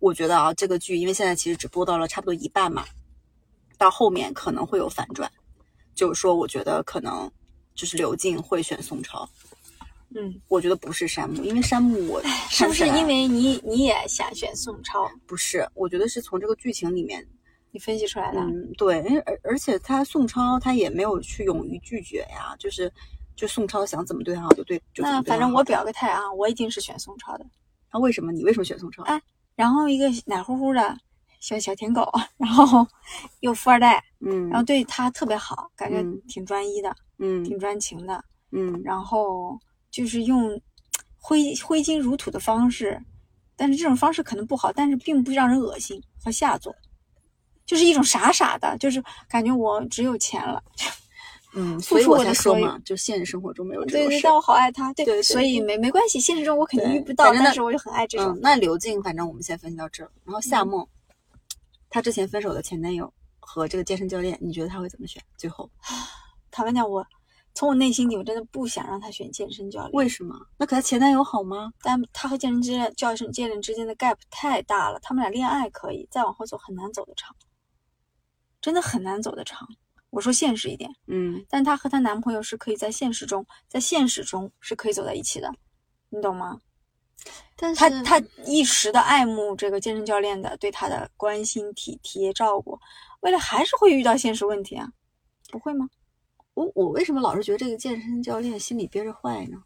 B: 我觉得啊，这个剧因为现在其实只播到了差不多一半嘛，到后面可能会有反转，就是说我觉得可能就是刘静会选宋朝，
A: 嗯，
B: 我觉得不是山木，因为山木我
A: 是不是
B: 看起来
A: 因为你你也想选宋超，
B: 不是，我觉得是从这个剧情里面，
A: 你分析出来的？
B: 嗯，对，因为而而且他宋超他也没有去勇于拒绝呀，就是就宋超想怎么对他好就对，就怎
A: 那
B: 么对
A: 反
B: 他
A: 正
B: 好
A: 我表个态啊，我一定是选宋超的。
B: 那为什么你为什么选宋超？
A: 哎然后一个奶乎乎的小小舔狗， 然后又富二代，
B: 嗯
A: 然后对他特别好，感觉
B: 嗯
A: 挺专一的，
B: 嗯
A: 挺专情的。
B: 嗯，
A: 然后就是用挥挥金如土的方式，但是这种方式可能不好，但是并不让人恶心和下作，就是一种傻傻的，就是感觉我只有钱了，
B: 嗯，
A: 付
B: 所以
A: 出
B: 我
A: 我
B: 才
A: 的
B: 说
A: 所有
B: 嘛，就现实生活中没有这
A: 对
B: 种
A: 对，
B: 事
A: 但。我好爱他，对，
B: 对对
A: 所以没没关系，现实中我肯定
B: 对
A: 遇不到，
B: 反正
A: 但
B: 那
A: 是我就很爱这种
B: 嗯，，那刘静，反正我们先分析到这儿。然后夏梦，她之前分手的前男友和这个健身教练，你觉得她会怎么选？最后
A: 坦白讲我。从我内心里，我真的不想让他选健身教练，
B: 为什么？那可她前男友好吗？
A: 但他和健身教练、教练教练之间的 gap 太大了，他们俩恋爱可以，再往后走很难走得长，真的很难走得长。我说现实一点，
B: 嗯
A: 但她和她男朋友是可以在现实中，在现实中是可以走在一起的，你懂吗？
B: 但
A: 她
B: 是
A: 她一时的爱慕这个健身教练的对她的关心、体贴、照顾，未来还是会遇到现实问题啊，不会吗？
B: 我我为什么老是觉得这个健身教练心里憋着坏呢？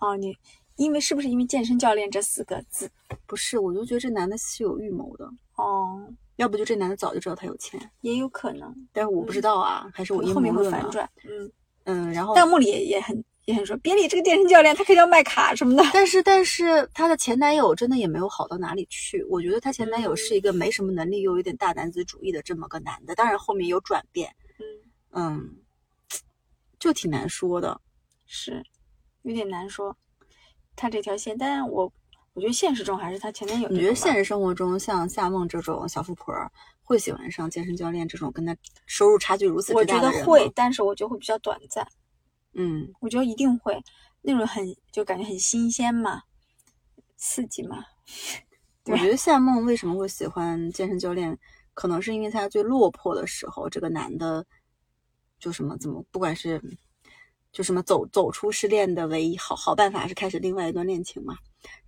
A: 哦，你因为是不是因为健身教练这四个字？
B: 不是，我就觉得这男的是有预谋的，
A: 哦，
B: 要不就这男的早就知道他有钱，
A: 也有可能，
B: 但是我不知道啊，还是我阴
A: 嗯后
B: 谋
A: 面会
B: 论啊
A: 反。转。嗯，
B: 嗯，然后
A: 弹幕里也也很也很说，别理这个健身教练，他可以要卖卡什么的。
B: 但是但是她的前男友真的也没有好到哪里去，我觉得她前男友是一个没什么能力又有点大男子主义的这么个男的，当然后面有转变，
A: 嗯，
B: 嗯，就挺难说的。
A: 是，有点难说，他这条线，但我我觉得现实中还是他前男友嗯这种吧。
B: 你觉得现实生活中像夏梦这种小富婆儿会喜欢上健身教练这种跟她收入差距如此
A: 我
B: 之
A: 觉
B: 大
A: 得
B: 的人吗？
A: 会，但是我觉得会比较短暂。
B: 嗯
A: 我觉得一定会，那种很就感觉很新鲜嘛，刺激嘛。
B: 我 觉得夏梦为什么会喜欢健身教练，可能是因为她最落魄的时候，这个男的就什么怎么，不管是就什么走走出失恋的唯一好好办法是开始另外一段恋情嘛。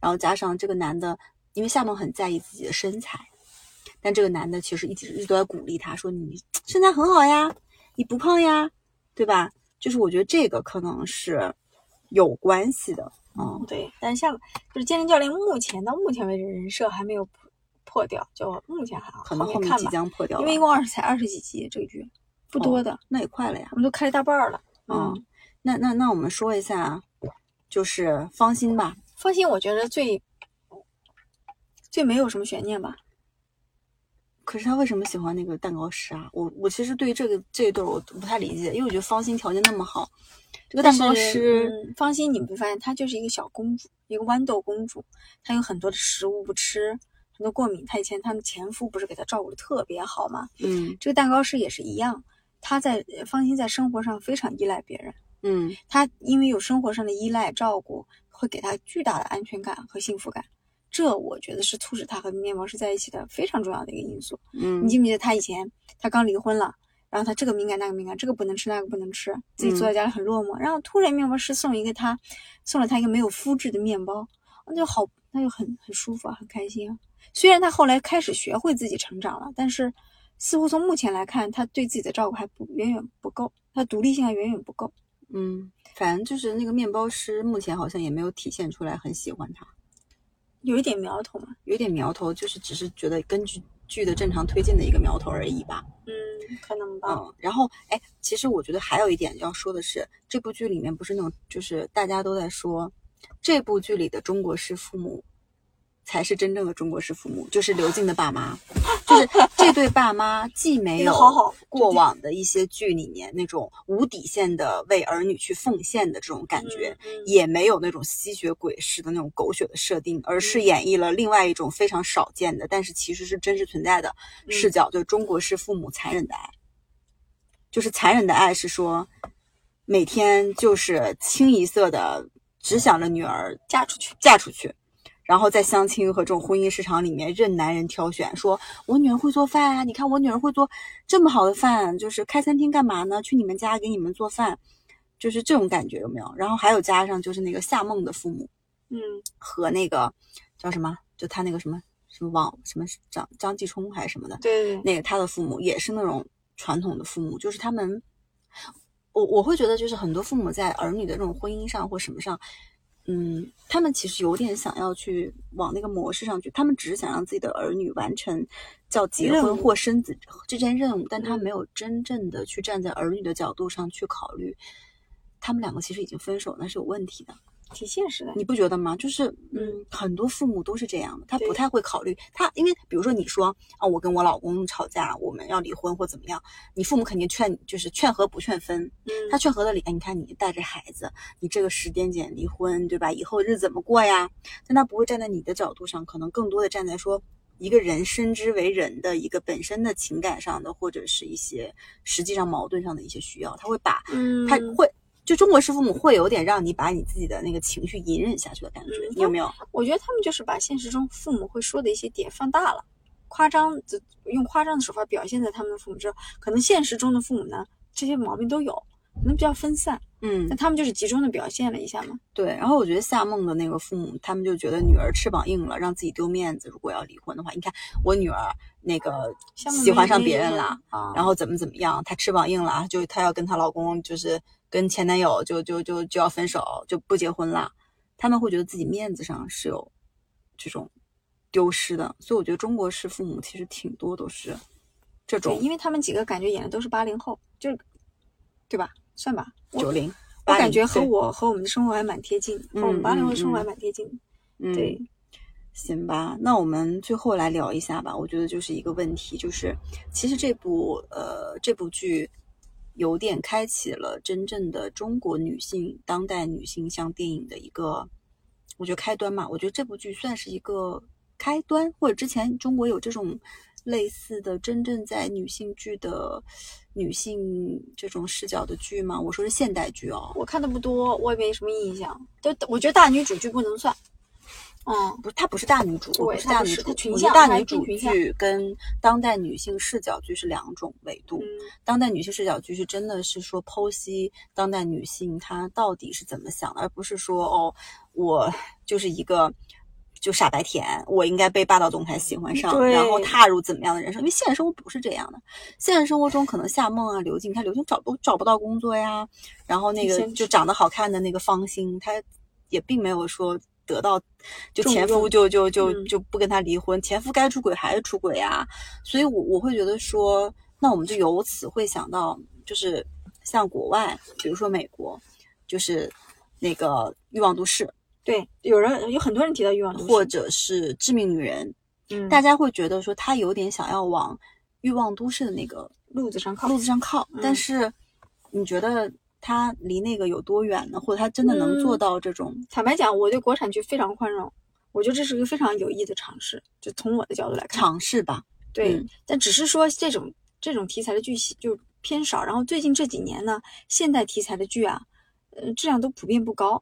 B: 然后加上这个男的，因为夏梦很在意自己的身材，但这个男的其实一直一直都在鼓励她说：“你身材很好呀，你不胖呀，对吧？”就是我觉得这个可能是有关系的。嗯，
A: 对，但是下就是健身教练，目前到目前为止人设还没有破掉，就目前还好，
B: 可能
A: 后
B: 面即将破掉吧，
A: 因为一共二十才二十几集这个剧，不多的，
B: 哦那也快了呀
A: 我。们都开了大半儿了。
B: 嗯，那那那我们说一下，就是芳心吧。
A: 放心，我觉得最最没有什么悬念吧，
B: 可是他为什么喜欢那个蛋糕师啊？我我其实对这个这一对儿我不太理解，因为我觉得芳心条件那么好，这个蛋糕
A: 但
B: 师
A: 是嗯放心，你们发现她就是一个小公主，一个豌豆公主，她有很多的食物不吃，很多过敏。她以前她的前夫不是给她照顾的特别好吗？
B: 嗯
A: 这个蛋糕师也是一样，她在放心在生活上非常依赖别人，
B: 嗯
A: 她因为有生活上的依赖照顾，会给她巨大的安全感和幸福感。这我觉得是促使她和面包师在一起的非常重要的一个因素。
B: 嗯
A: 你记不记得他以前他刚离婚了，然后他这个敏感那个敏感，这个不能吃那个不能吃，自己坐在家里很落寞。然后突然面包师送一个他，送了他一个没有麸质的面包，那就好，那就很很舒服啊，很开心啊。虽然他后来开始学会自己成长了，但是似乎从目前来看，他对自己的照顾还不远远不够，他独立性还远远不够。
B: 嗯，反正就是那个面包师目前好像也没有体现出来很喜欢他，
A: 有一点苗头嘛，
B: 有点苗头，就是只是觉得根据剧的正常推进的一个苗头而已吧。
A: 嗯，可能吧。
B: 嗯，然后哎，其实我觉得还有一点要说的是，这部剧里面不是那种，就是大家都在说，这部剧里的中国式父母才是真正的中国式父母，就是刘静的爸妈，就是这对爸妈既 没
A: 这
B: 有
A: 个好好
B: 过往的一些剧里面那种无底线的为儿女去奉献的这种感觉，
A: 嗯
B: 也没有那种吸血鬼式的那种狗血的设定，而是演绎了另外一种非常少见的，但是其实是真实存在的
A: 嗯
B: 视角，就是中国式父母残忍的爱。就是残忍的爱是说，每天就是清一色的只想着女儿
A: 嫁出去，
B: 嫁出去，然后在相亲和这种婚姻市场里面任男人挑选，说我女儿会做饭啊，你看我女儿会做这么好的饭，就是开餐厅干嘛呢？去你们家给你们做饭，就是这种感觉有没有？然后还有加上就是那个夏梦的父母
A: 嗯，
B: 和那个叫什么，就他那个什么什么王什么张张继冲还是什么的，
A: 对对对，
B: 那个他的父母也是那种传统的父母，就是他们，我我会觉得就是很多父母在儿女的这种婚姻上或什么上，嗯，他们其实有点想要去往那个模式上去，他们只是想让自己的儿女完成叫结
A: 任
B: 婚
A: 务
B: 或生子这件任务，但他
A: 嗯
B: 没有真正的去站在儿女的角度上去考虑，他们两个其实已经分手，那是有问题的。
A: 挺现实的。
B: 你不觉得吗？就是，
A: 嗯
B: 嗯，很多父母都是这样的，他
A: 对
B: 不太会考虑他，因为比如说你说啊，我跟我老公吵架，我们要离婚或怎么样，你父母肯定劝，就是劝和不劝分。
A: 嗯，
B: 他劝和的理，哎，你看你带着孩子，你这个时间点离婚，对吧？以后日子怎么过呀？但他不会站在你的角度上，可能更多的站在说一个人生之为人的一个本身的情感上的，或者是一些实际上矛盾上的一些需要，他会把
A: 嗯，
B: 他会就中国式父母会有点让你把你自己的那个情绪隐忍下去的感觉，
A: 嗯
B: 你有没有？
A: 我觉得他们就是把现实中父母会说的一些点放大了，夸张的用夸张的手法表现在他们的父母之后。可能现实中的父母呢，这些毛病都有，可能比较分散，
B: 嗯
A: 但，他们就是集中的表现了一下嘛。
B: 对。然后我觉得夏梦的那个父母，他们就觉得女儿翅膀硬了，让自己丢面子。如果要离婚的话，你看我女儿那个
A: 像
B: 喜欢上别人了，
A: 啊，
B: 然后怎么怎么样，她翅膀硬了，啊就她要跟她老公就是跟前男友就就就就要分手，就不结婚了。他们会觉得自己面子上是有这种丢失的，所以我觉得中国式父母其实挺多都是这
A: 对，
B: 种
A: 因为他们几个感觉演的都是八零后，就是对吧？算吧，我
B: 九零。
A: 我感觉
B: 80
A: 和
B: 对
A: 我和我们的生活还蛮贴近，和我们
B: 嗯
A: 八零后的
B: 嗯
A: 生活
B: 嗯
A: 还蛮贴近的。
B: 嗯，
A: 对，
B: 行吧，那我们最后来聊一下吧。我觉得就是一个问题，就是其实这部呃这部剧有点开启了真正的中国女性、当代女性向电影的一个，我觉得开端嘛。我觉得这部剧算是一个开端，或者之前中国有这种类似的真正在女性剧的女性这种视角的剧吗？我说是现代剧哦，
A: 我看的不多，我也没什么印象。就我觉得大女主剧不能算，嗯，
B: 不是，它不是大女主，
A: 对
B: 不是大
A: 它不
B: 女
A: 是
B: 主
A: 它，群
B: 我觉
A: 像
B: 得大
A: 它
B: 女
A: 是
B: 主
A: 群像
B: 剧跟当代女性视角剧是两种维度。
A: 嗯，
B: 当代女性视角剧是真的是说剖析当代女性她到底是怎么想的，而不是说哦，我就是一个就傻白甜，我应该被霸道总裁喜欢上，
A: 对
B: 然后踏入怎么样的人生？因为现实生活不是这样的，现实生活中可能夏梦啊、刘静，你看刘静找都找不到工作呀，然后那个
A: 现实
B: 就长得好看的那个方心，她也并没有说。得到就
A: 重
B: 前夫
A: 用
B: 就就就
A: 嗯
B: 就不跟她离婚，前夫该出轨还是出轨呀、所以我我会觉得说，那我们就由此会想到，就是像国外，比如说美国，就是那个《欲望都市
A: 对，有人有很多人提到欲望都》市，
B: 或者是《致命女人》，
A: 嗯，
B: 大家会觉得说他有点想要往《欲望都市》的那个
A: 路子上靠
B: 路子上靠，
A: 嗯
B: 但是你觉得他离那个有多远呢？或者他真的能做
A: 嗯
B: 到这种？
A: 坦白讲，我对国产剧非常宽容，我觉得这是一个非常有益的尝试。就从我的角度来看，
B: 尝试吧，
A: 对，
B: 嗯
A: 但只是说这种这种题材的剧系就偏少。然后最近这几年呢，现代题材的剧啊，呃，质量都普遍不高，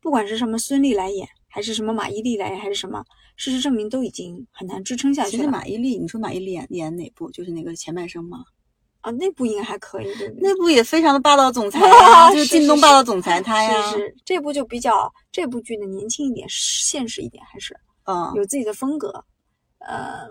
A: 不管是什么孙俪来演，还是什么马伊琍来演，还是什么，事实证明都已经很难支撑下
B: 其
A: 去
B: 实
A: 了。
B: 马伊琍，你说马伊琍演演哪部？就是那个前半生吗？
A: 啊，那部应该还可以，对不对？
B: 那部也非常的霸道总裁 呀，啊就是是
A: 是
B: 靳东
A: 是
B: 霸道总裁他呀，
A: 是是，这部就比较这部剧呢年轻一点，现实一点，还是
B: 嗯，
A: 有自己的风格，呃，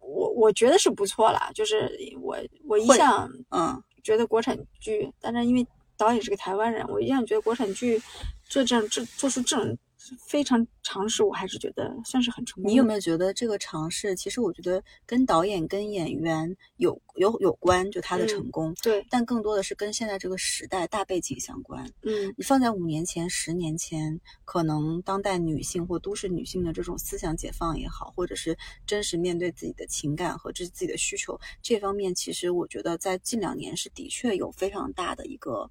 A: 我我觉得是不错啦。就是我我一
B: 会
A: 向
B: 嗯，
A: 觉得国产剧，但是因为导演是个台湾人，我一向觉得国产剧做这样这做出这种非常尝试，我还是觉得算是很成功的。
B: 你有没有觉得这个尝试，其实我觉得跟导演、跟演员有有有关，就他的
A: 嗯
B: 成功，
A: 对，
B: 但更多的是跟现在这个时代大背景相关。
A: 嗯，
B: 你放在五年前、十年前，可能当代女性或都市女性的这种思想解放也好，或者是真实面对自己的情感和这自己的需求这方面，其实我觉得在近两年是的确有非常大的一个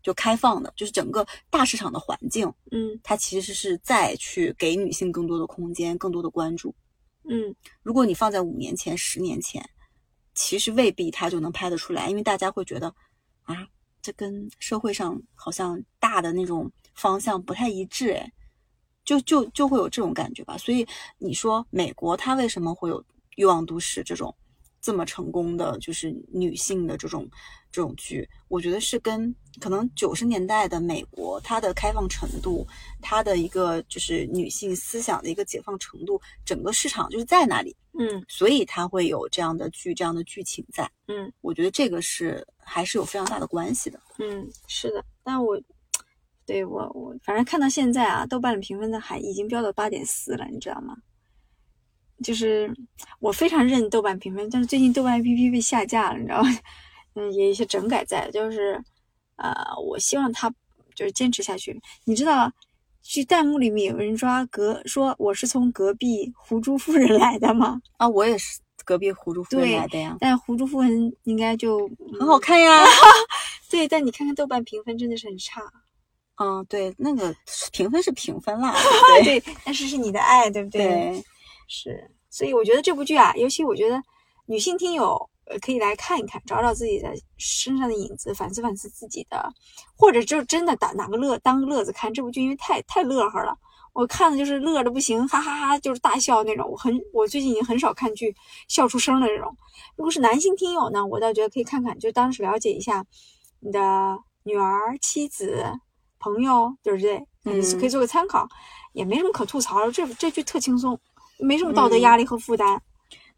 B: 就开放的，就是整个大市场的环境，
A: 嗯
B: 它其实是在去给女性更多的空间、更多的关注。
A: 嗯，
B: 如果你放在五年前、十年前，其实未必它就能拍得出来，因为大家会觉得啊，这跟社会上好像大的那种方向不太一致，哎，就就就会有这种感觉吧。所以你说美国它为什么会有《欲望都市》这种这么成功的，就是女性的这种这种剧，我觉得是跟可能九十年代的美国它的开放程度，它的一个就是女性思想的一个解放程度，整个市场就是在那里，
A: 嗯
B: 所以它会有这样的剧、这样的剧情在。
A: 嗯
B: 我觉得这个是还是有非常大的关系的。
A: 嗯，是的，但我。对我我反正看到现在啊，豆瓣的评分的还已经飙到八点四了，你知道吗？就是我非常认豆瓣评分，但是最近豆瓣 APP 被下架了，你知道吗？ 嗯，也有一些整改在，就是呃，我希望他就是坚持下去。你知道，去弹幕里面有人抓隔说我是从隔壁狐珠夫人来的吗？
B: 啊，我也是隔壁狐珠夫人
A: 对
B: 来的呀，
A: 但狐珠夫人应该就、嗯
B: 很好看呀。
A: 对，但你看看豆瓣评分真的是很差。
B: 嗯，对，那个评分是评分啦，对
A: 对，但是是你的爱，对不 对？
B: 对，
A: 是，所以我觉得这部剧啊，尤其我觉得女性听友呃可以来看一看，找找自己的身上的影子，反思反思自己的，或者就真的打拿个乐当个乐子看这部剧，因为太太乐呵了。我看的就是乐的不行，哈哈哈就是大笑那种。我很，我最近已经很少看剧笑出声的这种。如果是男性听友呢，我倒觉得可以看看，就当是了解一下你的女儿、妻子、朋友，对不对？
B: 嗯
A: 可以做个参考，也没什么可吐槽的。这这剧特轻松，没什么
B: 嗯
A: 道德压力和负担。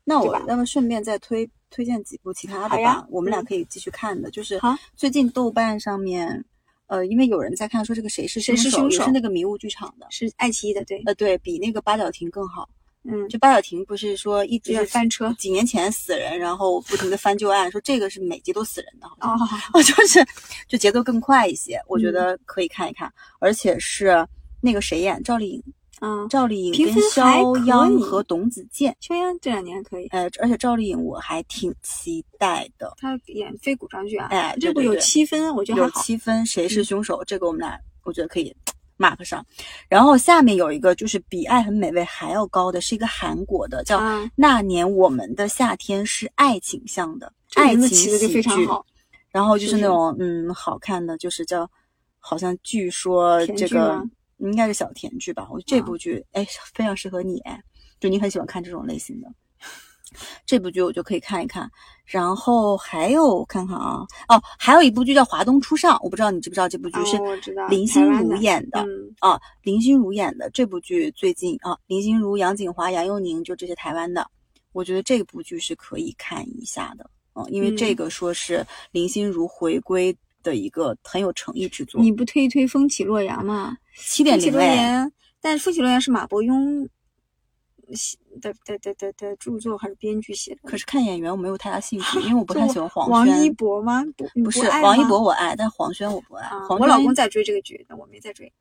B: 那
A: 对
B: 我
A: 吧
B: 那么顺便再推推荐几部其他
A: 好
B: 的
A: 呀
B: 吧，我们俩
A: 嗯
B: 可以继续看的。就是
A: 好
B: 最近豆瓣上面，呃，因为有人在看说这个谁是
A: 谁是
B: 手，
A: 凶
B: 也
A: 手
B: 是那个迷雾剧场的，
A: 是爱奇艺的，对，
B: 呃，对比那个八角亭更好。
A: 嗯，
B: 呃就八角亭不是说一直
A: 有点
B: 是
A: 翻车
B: 几年前死人，然后不停的翻旧案，说这个是每集都死人的，好像
A: 哦，嗯
B: 哦， 就是就节奏更快一些，我觉得可以看一看，而且是那个谁演赵丽颖，
A: 嗯，
B: 赵丽颖
A: 评
B: 跟
A: 分还
B: 肖
A: 可
B: 央
A: 以
B: 和董子健，
A: 肖央这两年还可以，
B: 呃，而且赵丽颖我还挺期待的，
A: 他演非古装剧啊，
B: 哎对
A: 这部
B: 对
A: 有
B: 对
A: 七分，我觉得还
B: 有
A: 好。
B: 七分，谁是
A: 嗯
B: 凶手？这个我们俩我觉得可以 Mark 上。然后下面有一个就是比《爱很美味》还要高的，是一个韩国的，叫
A: 啊
B: 《那年我们的夏天》，是爱情向的
A: 这
B: 爱
A: 名
B: 情
A: 字起的就
B: 喜
A: 非常
B: 剧。
A: 好，
B: 然后就是
A: 是
B: 那种嗯好看的，就是叫好像据说
A: 甜
B: 这
A: 剧
B: 个
A: 吗
B: 应该是小甜剧吧。我觉得这
A: 啊
B: 部剧哎、非常适合你，哎就你很喜欢看这种类型的。 这部剧我就可以看一看，然后还有看看啊，哦，还有一部剧叫《华灯初上》，我不知道你知不知道这部剧
A: 哦
B: 是
A: 我知道
B: 林
A: 台
B: 心
A: 湾
B: 如
A: 的
B: 演的，
A: 嗯，
B: 啊，林心如演的这部剧最近啊，林心如、杨锦华、杨佑宁就这些台湾的，我觉得这部剧是可以看一下的啊，因为这
A: 嗯
B: 个说是林心如回归的一个很有诚意之作。
A: 你不推一推风起洛阳吗？
B: 七点
A: 风起
B: 零
A: 洛
B: 哎，
A: 阳，但是风起洛阳是马伯庸写的的的的的著作还是编剧写的？
B: 可是看演员我没有太大兴趣，因为我不太喜欢黄
A: 王一
B: 轩。
A: 博吗？不，你
B: 不是
A: 爱
B: 王一
A: 吗
B: 博我爱，但黄轩我不爱。
A: 啊，
B: 黄
A: 我老
B: 轩
A: 公在追这个剧，但我没在追。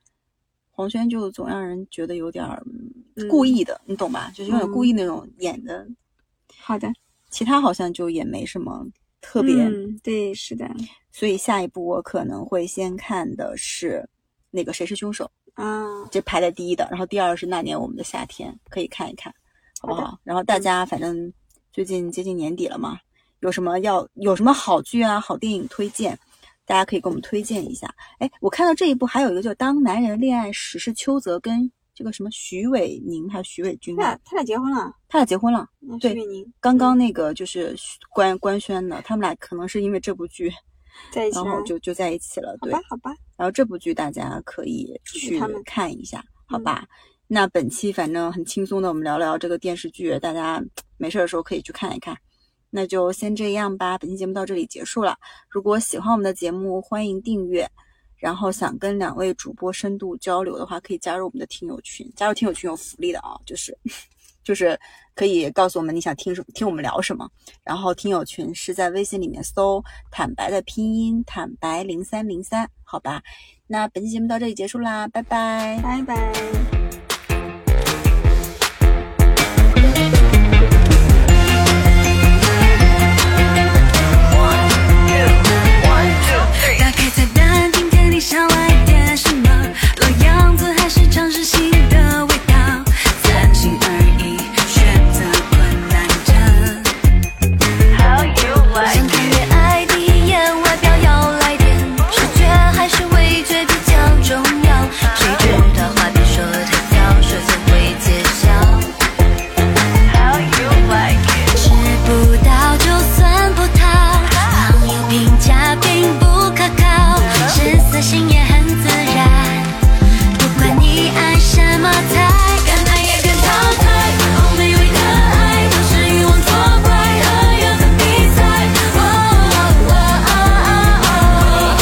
B: 黄轩就总让人觉得有点儿嗯
A: 嗯
B: 故意的，你懂吧？就是有点故
A: 嗯
B: 意那种演的。
A: 好的，
B: 其他好像就也没什么特别。
A: 嗯，对，是的
B: 所以下一步我可能会先看的是那个《谁是凶手》，
A: 啊，
B: 这排在第一的，然后第二是《那年我们的夏天》，可以看一看，好不
A: 好的嗯
B: 好？然后大家反正最近接近年底了嘛，有什么要有什么好剧啊、好电影推荐，大家可以给我们推荐一下。哎，我看到这一部还有一个叫《当男人恋爱时》，是邱泽跟这个什么徐伟宁还是徐伟军
A: 他俩
B: 啊，
A: 他俩结婚了，
B: 他俩结婚了。
A: 那
B: 对
A: 徐伟宁
B: 刚刚那个就是官官宣的，他们俩可能是因为这部剧，
A: 在一起
B: 然
A: 了，
B: 后就就在一起了。
A: 好
B: 对，
A: 吧，好吧，
B: 然后这部剧大家可以
A: 祝福
B: 去
A: 他们嗯
B: 看一下，好吧？那本期反正很轻松的，我们聊聊这个电视剧，大家没事儿的时候可以去看一看。那就先这样吧，本期节目到这里结束了。如果喜欢我们的节目，欢迎订阅。然后想跟两位主播深度交流的话，可以加入我们的听友群。加入听友群有福利的啊，就是 就是可以告诉我们你想听什么，听我们聊什么。然后听友群是在微信里面搜“坦白”的拼音“坦白零三零三”，好吧？那本期节目到这里结束啦，拜拜。
A: 拜拜。
C: 打开菜单，今天你想来点什么？老样子还是尝试新的味道？三心二意，选择困难症。想谈恋爱第一眼，外表要来点，视觉还是味觉比较重要？谁知道话别说得太早，说就会揭晓。吃不到就算葡萄，网友评价并不可靠，食色性也很自然。不管你爱什么菜，敢爱也敢淘汰，哦，美味的爱都是欲望作怪，和缘分比赛。哦哦哦哦哦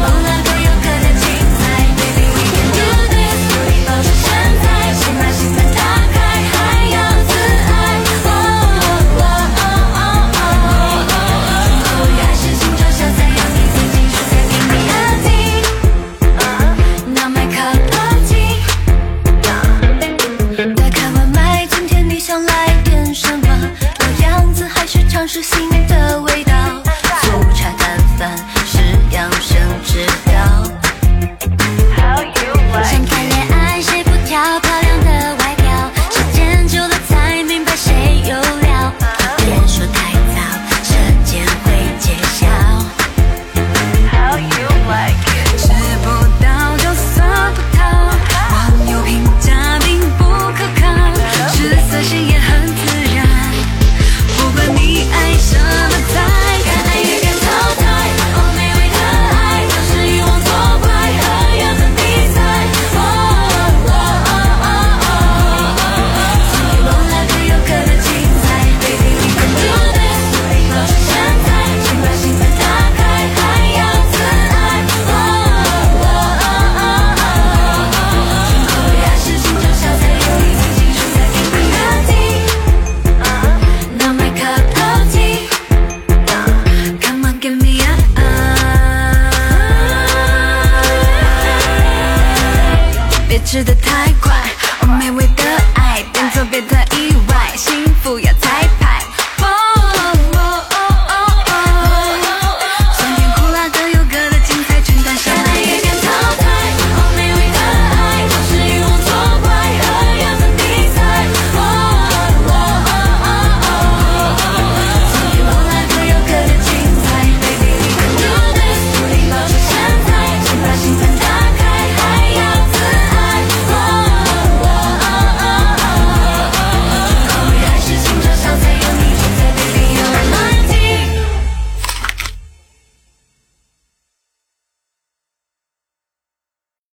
C: 哦，那各有各的精彩，Baby we can do this，努力保持身材，先把心门打开，还要自爱。哦哦哦哦哦，如果爱是心中小菜，要你自己蔬菜给你安静。拿麦克风机，打开外卖，今天你想来点什么？老样子还是尝试新的 Oh, oh,